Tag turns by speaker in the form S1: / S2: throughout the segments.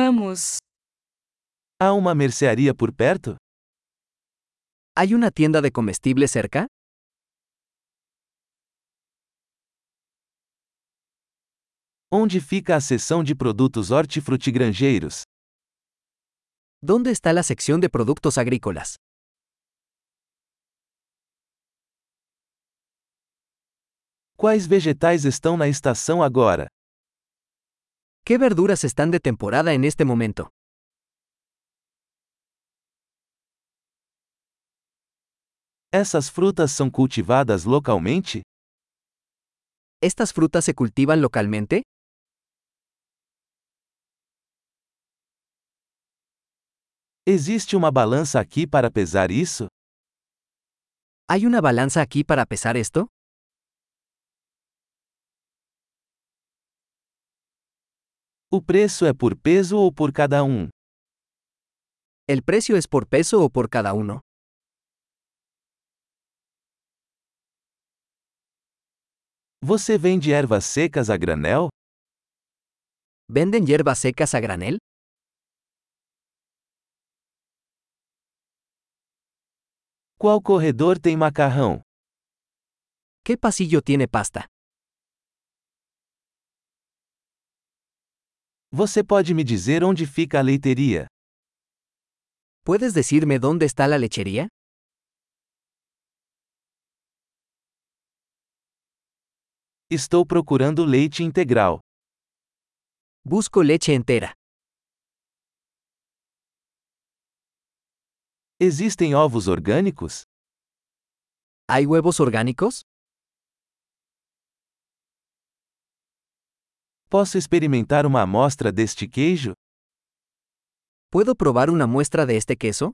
S1: Vamos.
S2: Há uma mercearia por perto?
S3: ¿Hay una tienda de comestibles cerca?
S2: Onde fica a seção de produtos hortifrutigranjeiros?
S3: ¿Dónde está la sección de productos agrícolas?
S2: Quais vegetais estão na estação agora?
S3: ¿Qué verduras están de temporada en este momento?
S2: Essas frutas são cultivadas localmente?
S3: ¿Estas frutas se cultivan localmente?
S2: Existe uma balança aqui para pesar isso?
S3: ¿Hay una balanza aquí para pesar esto?
S2: O preço é por peso ou por cada um?
S3: ¿El precio es por peso o por cada uno?
S2: Você vende ervas secas a granel?
S3: ¿Venden hierbas secas a granel?
S2: Qual corredor tem macarrão?
S3: ¿Qué pasillo tiene pasta?
S2: Você pode me dizer onde fica a leiteria?
S3: ¿Puedes decirme dónde está la lechería?
S2: Estou procurando leite integral.
S3: Busco leche entera.
S2: Existem ovos orgânicos?
S3: ¿Hay huevos orgánicos?
S2: Posso experimentar uma amostra deste queijo?
S3: ¿Puedo probar una muestra de este queso?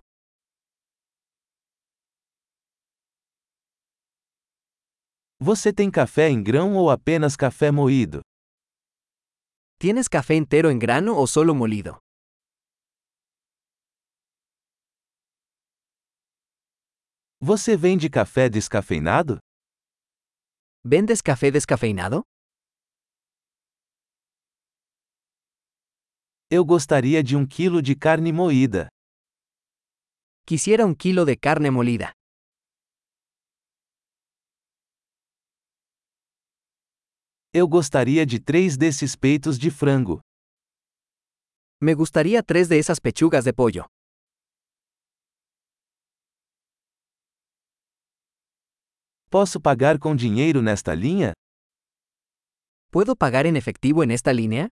S2: Você tem café em grão ou apenas café moído?
S3: ¿Tienes café entero en grano o solo molido?
S2: Você vende café descafeinado?
S3: ¿Vendes café descafeinado?
S2: Eu gostaria de um quilo de carne moída.
S3: Quisiera un kilo de carne molida.
S2: Eu gostaria de três desses peitos de frango.
S3: Me gustaría tres de esas pechugas de pollo.
S2: Posso pagar com dinheiro nesta linha?
S3: ¿Puedo pagar en efectivo en esta línea?